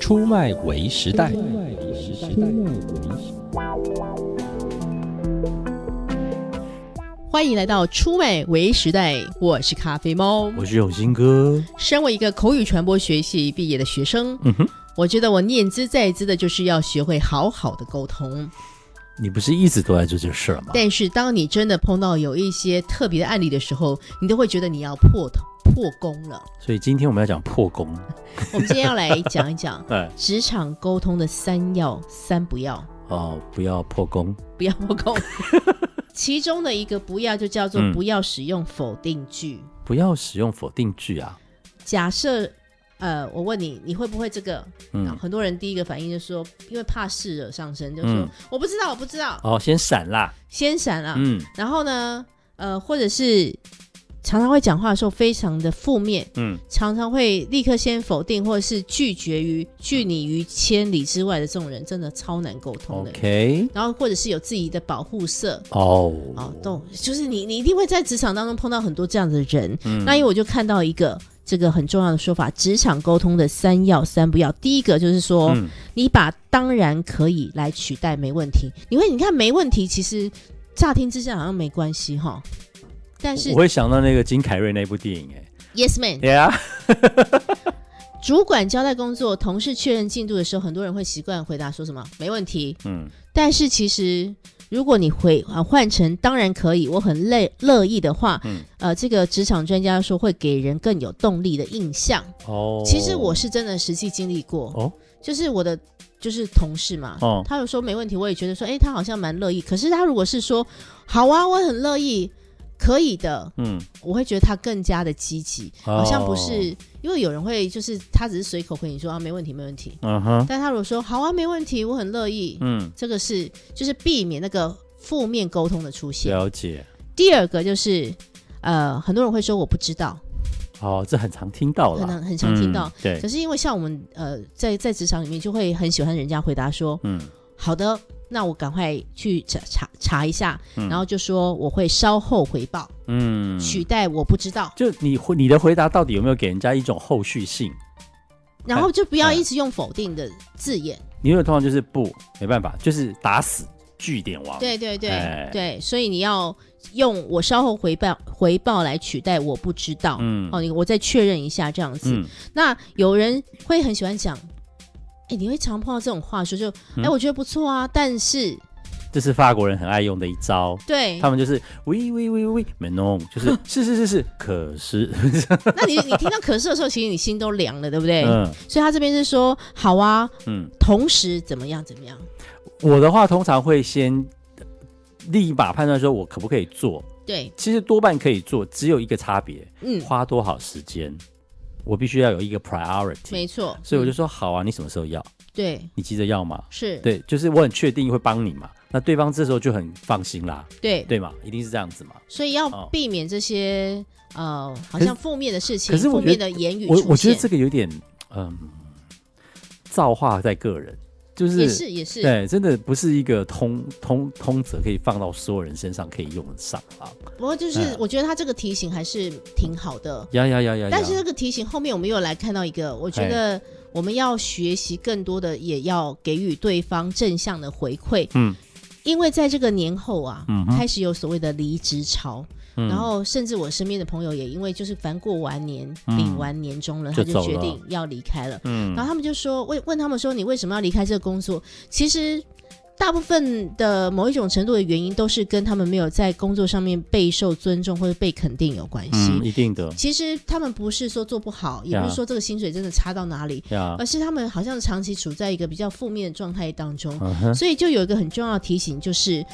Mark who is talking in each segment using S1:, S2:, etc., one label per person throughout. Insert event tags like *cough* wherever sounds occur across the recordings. S1: 出卖为时代。
S2: 欢迎来到出卖为时代，我是咖啡猫。
S3: 我是永兴哥，
S2: 身为一个口语传播学系毕业的学生，
S3: 嗯哼，
S2: 我觉得我念之在之的就是要学会好好的沟通。
S3: 你不是一直都在做这事儿吗？
S2: 但是当你真的碰到有一些特别的案例的时候，你都会觉得你要破头破功了。
S3: 所以今天我们要讲破功，
S2: 我们今天要来讲一讲
S3: *laughs* 哎，
S2: 职场沟通的三要三不要，
S3: 哦，不要破功，
S2: 不要破
S3: *laughs*
S2: 功。其中的一个不要就叫做
S3: 嗯
S2: 不要使用否定句。
S3: 不要使用否定句啊，
S2: 假设，呃，我问你，你会不会这个？
S3: 嗯，
S2: 很多人第一个反应就说，因为怕事惹上身，就说、
S3: 嗯
S2: 我不知道，我不知道，
S3: 哦，先闪啦，
S2: 先闪啊。
S3: 嗯
S2: 然后呢，呃，或者是常常会讲话的时候非常的负面，
S3: 嗯，
S2: 常常会立刻先否定或者是拒绝于拒你于千里之外的这种人，真的超难沟通的。
S3: ，OK，
S2: 然后或者是有自己的保护色。
S3: 哦，
S2: 哦，懂，就是你，你一定会在职场当中碰到很多这样的人。
S3: 嗯
S2: 那因为我就看到一个这个很重要的说法，职场沟通的三要三不要。第一个就是说，
S3: 嗯
S2: 你把当然可以来取代没问题。你会你看没问题，其实乍听之下好像没关系哈，但是
S3: 我会想到那个金凯瑞那部电影，哎
S2: yes man，
S3: 对啊，
S2: 主管交代工作，同事确认进度的时候，很多人会习惯回答说什么没问题，
S3: 嗯，
S2: 但是其实，如果你回啊换成当然可以，我很乐乐意的话，
S3: 嗯
S2: 呃，这个职场专家说会给人更有动力的印象。
S3: 哦，
S2: *laughs* 其实我是真的实际经历过，
S3: 哦
S2: 就是我的就是同事嘛，
S3: 哦
S2: 他有说没问题，我也觉得说，诶，他好像蛮乐意。可是他如果是说好啊，我很乐意，可以的，
S3: 嗯，
S2: 我会觉得他更加的积极，
S3: 好
S2: 好像不是，因为有人会就是他只是随口跟你说啊没问题没问题，
S3: 嗯哼，
S2: 但他如果说好啊没问题，我很乐意，
S3: 嗯，
S2: 这个是就是避免那个负面沟通的出现。
S3: 了解，
S2: 第二个就是，呃，很多人会说我不知道，
S3: 哦，这很常听到
S2: 可能
S3: 了，
S2: 很常听到
S3: 嗯。，对
S2: 可，是因为像我们呃在在职场里面就会很喜欢人家回答说
S3: 嗯，
S2: 好的，那我赶快去查查查一下，
S3: 嗯
S2: 然后就说我会稍后回报，
S3: 嗯，
S2: 取代我不知道，
S3: 就你回你的回答到底有没有给人家一种后续性？
S2: 然后就不要
S3: 哎
S2: 一直用否定的字眼。
S3: 你有通常就是不没办法，就是打死据点王。
S2: 对对对、
S3: 哎
S2: 对，所以你要用我稍后回报回报来取代我不知道。
S3: 嗯
S2: 哦，你我再确认一下这样子。
S3: 嗯，
S2: 那有人会很喜欢讲，哎、你会常碰到这种话说，就哎、
S3: 嗯
S2: 我觉得不错啊，但是
S3: 这是法国人很爱用的一招，
S2: 对
S3: 他，们就是喂喂喂喂没弄，就是是是是是，可是，
S2: 那你你听到可是的时候，其实你心都凉了，对不对？
S3: 嗯
S2: 所以他这边是说，好啊，
S3: 嗯，
S2: 同时怎么样怎么样，
S3: 我的话通常会先立马判断说我可不可以做，
S2: 对，
S3: 其实多半可以做，只有一个差别，
S2: 嗯，
S3: 花多少时间，我必须要有一个 priority，
S2: 没错，
S3: 所以我就
S2: 嗯
S3: 说好啊，你什么时候要？
S2: 对，
S3: 你急着要吗？
S2: 是，
S3: 对，就是我很确定会帮你嘛，那对方这时候就很放心啦，
S2: 对
S3: 对嘛，一定是这样子嘛。
S2: 所以要
S3: 哦
S2: 避免这些、呃，好
S3: 可是
S2: 像负面的事情，
S3: 可是我
S2: 负
S3: 觉得
S2: 面的言语出
S3: 我
S2: 现，
S3: 我觉得这个有点，嗯，造化在个人，就是
S2: 也是也是，
S3: 对，真的不是一个通通通则可以放到所有人身上可以用得上啊。
S2: 不过就是
S3: 嗯
S2: 我觉得他这个提醒还是挺好的，
S3: 呀呀哎呀呀呀！
S2: 但是这个提醒后面我们又来看到一个，我觉得我们要学习更多的，也要给予对方正向的回馈，
S3: 嗯
S2: 因为在这个年后啊，
S3: 嗯哼
S2: 开始有所谓的离职潮，
S3: 嗯
S2: 然后甚至我身边的朋友也因为就是凡过完年、
S3: 嗯
S2: 领完年终了，他
S3: 就
S2: 就
S3: 走
S2: 决
S3: 了
S2: 定要离开了，然
S3: 嗯
S2: 后他们就说问问他们说你为什么要离开这个工作？其实大部分的某一种程度的原因都是跟他们没有在工作上面备受尊重或者被肯定有关系。
S3: 嗯，一定的
S2: 其实他们不是说做不好，也
S3: 呀
S2: 不是说这个薪水真的差到哪里，
S3: 呀
S2: 而，是他们好像长期处在一个比较负面的状态当中，
S3: 嗯哼，
S2: 所以就有一个很重要的提醒，就是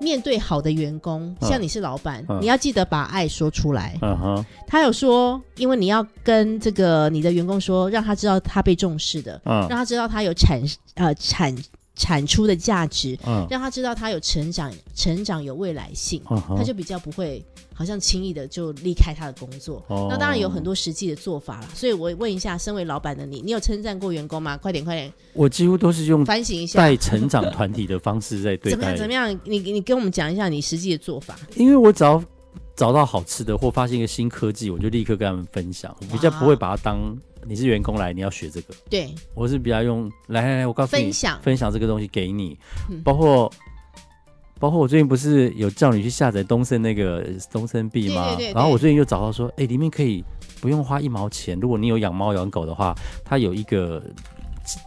S2: 面对好的员工，
S3: 嗯
S2: 像你是老板，
S3: 嗯
S2: 你要记得把爱说出来。
S3: 嗯哼，
S2: 他有说，因为你要跟这个你的员工说，让他知道他被重视的，
S3: 嗯
S2: 让他知道他有产呃产产出的价值，
S3: 嗯
S2: 让他知道他有成长，成长有未来性。
S3: 嗯
S2: 他
S3: 哼，
S2: 就比较不会好像轻易的就离开他的工作。
S3: 哦
S2: 那当然有很多实际的做法啦，所以我问一下，身为老板的你，你有称赞过员工吗？快点，快点，
S3: 我几乎都是用
S2: 反省一下，
S3: 带成长团体的方式在对
S2: 怎么
S3: 待
S2: 样？怎么样？你你跟我们讲一下你实际的做法。
S3: 因为我只要找到好吃的或发现一个新科技，我就立刻跟他们分享，我比较不会把它当你是员工来，你要学这个，
S2: 对，
S3: 我是比较用来来来，我告诉你
S2: 分享
S3: 分享这个东西给你
S2: 嗯，
S3: 包括。包括我最近不是有叫你去下载东森那个呃东森币吗？
S2: 对对对对
S3: 然后我最近又找到说，哎、里面可以不用花一毛钱，如果你有养猫养狗的话，它有一个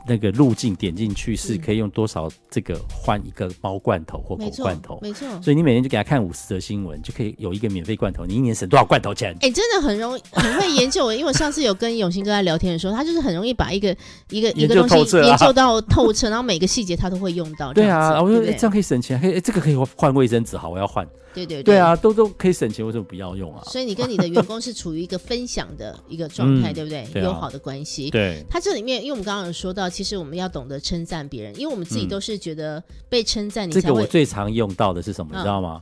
S3: 那个路径点进去是
S2: 嗯
S3: 可以用多少这个换一个猫罐头或狗
S2: 没错
S3: 罐头，，
S2: 没错。
S3: 所以你每天就给他看五十则新闻，就可以有一个免费罐头，你一年省多少罐头钱？
S2: 哎、真的很容易，很会研究。因为我上次有跟永兴哥在聊天的时候，他就是很容易把一个一个一
S3: 研
S2: 个
S3: 究
S2: 东
S3: 透
S2: 西
S3: 彻啊
S2: 研究到透彻，然后每个细节他都会用到。
S3: 对
S2: 这样
S3: 啊，
S2: 子
S3: 我
S2: 对
S3: 说
S2: 不
S3: 哎
S2: 对
S3: 这样可以省钱，可以哎这个可以换卫生纸，好，我要换。
S2: 对对
S3: 对。啊，都都可以省钱，为什么不要用啊？
S2: 所以你跟你的员工是处于一个分享的一个状态，
S3: 嗯
S2: 对不对？
S3: 对啊
S2: 友好的关系。
S3: 对，
S2: 他这里面，因为我们刚刚有说到，其实我们要懂得称赞别人，因为我们自己
S3: 嗯
S2: 都是觉得被称赞，你
S3: 这
S2: 才
S3: 个我
S2: 会
S3: 最常用到的是什么，
S2: 嗯
S3: 你知道吗？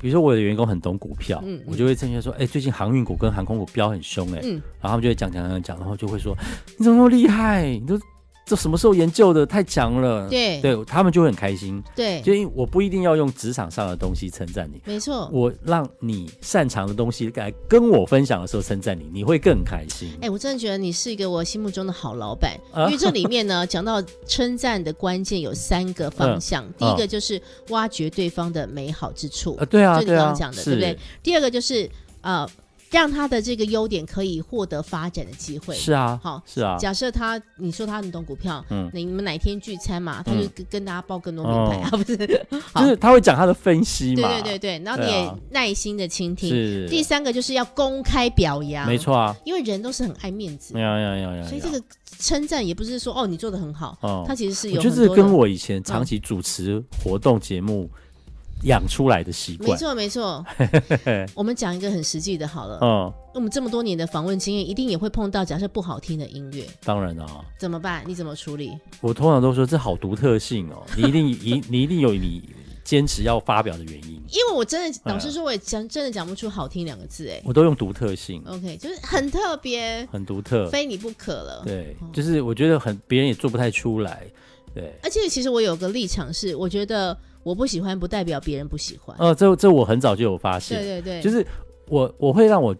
S3: 比如说我的员工很懂股票，
S2: 嗯嗯
S3: 我就会趁机说，哎，最近航运股跟航空股飙很凶，哎，
S2: 嗯
S3: 然后他们就会讲讲讲讲，然后就会说，你怎么那么厉害？你都这什么时候研究的？太强了。
S2: 对
S3: 嗯对，他们就会很开心，
S2: 对，
S3: 所以我不一定要用职场上的东西称赞你，
S2: 没错。
S3: 我让你擅长的东西来跟我分享的时候称赞你，你会更开心。
S2: 哎、我真的觉得你是一个我心目中的好老板，
S3: 啊
S2: 因为
S3: *laughs*
S2: 这里面呢讲到称赞的关键有三个
S3: 嗯
S2: 方向，第一个就是挖掘对方的美好之处，
S3: 啊，对啊，
S2: 就你
S3: 对
S2: 刚
S3: 啊
S2: 刚，讲的，对
S3: 是
S2: 不对？第二个就是呃，让他的这个优点可以获得发展的机会。
S3: 是啊，
S2: 好
S3: 是啊，
S2: 假设他，你说他很懂股票，
S3: 嗯
S2: 你们哪天聚餐嘛，他就
S3: 嗯哦
S2: 跟跟大家报更多名牌啊，不是？好
S3: 就是他会讲他的分析
S2: 对
S3: 嘛，
S2: 对对对，然后你
S3: 对
S2: 也
S3: 啊
S2: 耐心的倾听。
S3: 是，
S2: 第三个就是要公开表扬，
S3: 没，错啊，
S2: 因为人都是很爱面子的
S3: 没有没有没有没有，
S2: 所以这个称赞也不是说哦你做的很好，
S3: 哦
S2: 它，其实是
S3: 我
S2: 有
S3: 觉
S2: 很
S3: 得这
S2: 多
S3: 跟
S2: 的。
S3: 我以前长期主持活动节目养出来的习
S2: 没
S3: 惯，
S2: 错没
S3: *laughs*
S2: 错，我们讲一个很实际的好了。
S3: 嗯，
S2: 我们这么多年的访问经验，一定也会碰到假设不好听的音乐，
S3: 当然啊，
S2: 怎么办？你怎么处理？
S3: 我通常都说这好独特性
S2: *laughs*
S3: 哦，你一定一你一定有你坚持要发表的原因，
S2: 因为我真的，
S3: 哎呀
S2: 老实说，我也讲真的讲不出好听两个字哎。
S3: 我都用独特性，
S2: OK，就是很特别，
S3: 很独特，
S2: 非你不可了。
S3: 对
S2: 哦，
S3: 就是我觉得很别人也做不太出来，对，
S2: 而且其实我有个立场是，我觉得我不喜欢，不代表别人不喜欢。
S3: 呃，这这我很早就有发现，
S2: 哎对对对，
S3: 就是我我会让我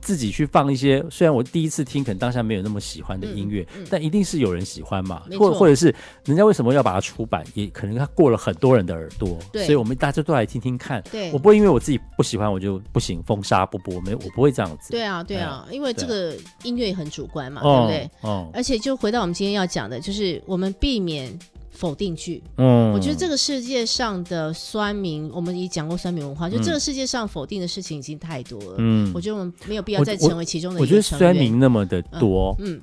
S3: 自己去放一些，虽然我第一次听可能当下没有那么喜欢的音乐，
S2: 嗯嗯
S3: 但一定是有人喜欢嘛
S2: 没，
S3: 或
S2: 错
S3: 或者是人家为什么要把它出版，也可能它过了很多人的耳朵，
S2: 对
S3: 所以我们大家都来听听看。
S2: 对
S3: 我不会因为我自己不喜欢我就不行，封杀不播，没我不会这样子。
S2: 对啊对啊，因为这个音乐也很主观嘛，对
S3: 哦，
S2: 不对？
S3: 哦，
S2: 而且就回到我们今天要讲的，就是我们避免否定句。
S3: 嗯，
S2: 我觉得这个世界上的酸民，我们也讲过酸民文化，就
S3: 嗯
S2: 这个世界上否定的事情已经太多了。
S3: 嗯
S2: 我，觉得我们没有必要
S3: 我
S2: 再
S3: 我
S2: 成为其中的
S3: 我
S2: 一
S3: 觉
S2: 个
S3: 得
S2: 成
S3: 酸
S2: 员。
S3: 民那么的多，
S2: 嗯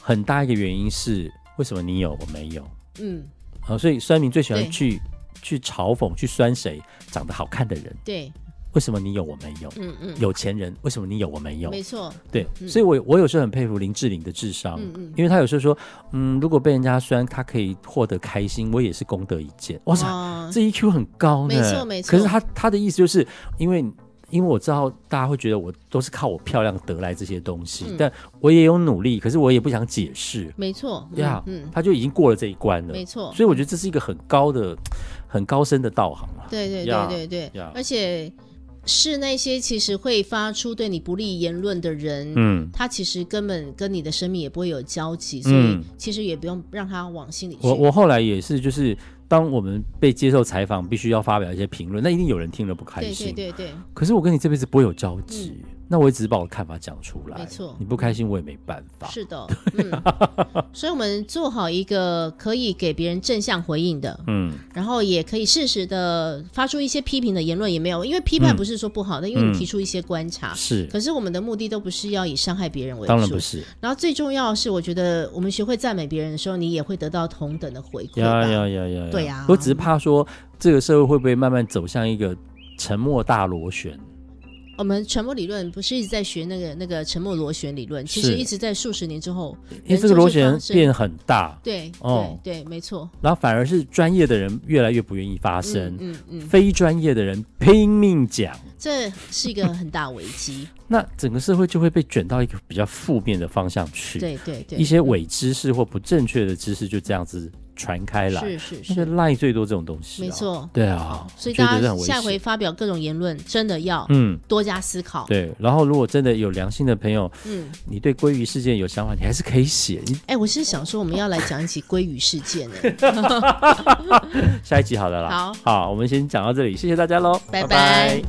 S3: 很大一个原因是为什么你有我没有
S2: 嗯，
S3: 啊？所以酸民最喜
S2: 对
S3: 欢去去嘲讽、去酸谁长得好看的人，
S2: 对，
S3: 为什么你有我没有？
S2: 嗯嗯，
S3: 有钱人为什么你有我没有？
S2: 没错，
S3: 对，
S2: 嗯
S3: 所以我我有时候很佩服林志玲的智商，
S2: 嗯嗯
S3: 因为她有时候说，嗯，如果被人家酸，她可以获得开心，我也是功德一件。哇塞，
S2: 哦，
S3: 这 EQ 很高呢，
S2: 没错没错
S3: 可是他他的意思就是，因为因为我知道大家会觉得我都是靠我漂亮得来这些东西，
S2: 嗯
S3: 但我也有努力，可是我也不想解释，
S2: 没错，嗯
S3: 对啊，
S2: 嗯，
S3: 他就已经过了这一关了。
S2: 没错，
S3: 所以我觉得这是一个很高的、很高深的道行啊。
S2: 对对
S3: 呀
S2: 对对对
S3: 呀，
S2: 而且是那些其实会发出对你不利言论的人，
S3: 嗯，
S2: 他其实根本跟你的生命也不会有交集，所以
S3: 嗯
S2: 其实也不用让他往心里去。
S3: 我我后来也是，就是当我们被接受采访，必须要发表一些评论，那一定有人听了不开
S2: 对
S3: 心。
S2: 对对对，
S3: 可是我跟你这辈子不会有交集，那我也只是把我的看法讲出来。
S2: 没错
S3: 你不开心我也没办法。
S2: 是
S3: *laughs*
S2: 的，嗯，所以我们做好一个可以给别人正向回应的，
S3: 嗯，
S2: 然后也可以适时的发出一些批评的言论，也没有，因为批判
S3: 嗯
S2: 不是说不好的，因为你
S3: 嗯
S2: 提出一些观察。
S3: 是，
S2: 啊可是我们的目的都不是要以伤害别人为
S3: 当然
S2: 主
S3: 不，是。
S2: 然后最重要的是，我觉得我们学会赞美别人的时候，你也会得到同等的回馈
S3: 呀
S2: 吧
S3: 呀呀呀！
S2: 啊对呀
S3: 我只是怕说这个社会会不会慢慢走向一个沉默大螺旋？
S2: 我们沉默理论不是一直在学那个那个沉默螺旋理论，其实
S3: 是
S2: 一直在数十年之后，
S3: 因为这个螺旋变很大，
S2: 对、
S3: 哦
S2: 对对，没错，
S3: 然后反而是专业的人越来越不愿意发声
S2: 嗯，嗯嗯，
S3: 非专业的人拼命讲，
S2: 这是一个很大危
S3: *laughs*
S2: 机，
S3: 那整个社会就会被卷到一个比较负面的方向去。
S2: 对对对，
S3: 一些伪知识或不正确的知识就这样子传开来。
S2: 是是
S3: 那个
S2: 是，
S3: 赖最多这种东西、
S2: 没。错。
S3: 对啊，
S2: 所以
S3: 觉得
S2: 大
S3: 这
S2: 家
S3: 很危
S2: 下
S3: 险
S2: 回发表各种言论，真的要
S3: 嗯，
S2: 多加思考。
S3: 对。然后如果真的有良心的朋友，
S2: 嗯，
S3: 你对鲑鱼事件有想法，你还是可以写。你
S2: 哎，我是想说我们要来讲一起鲑鱼事件呢。
S3: 下一集好了啦。
S2: 好
S3: 好，我们先讲到这里，谢谢大家喽，
S2: 拜拜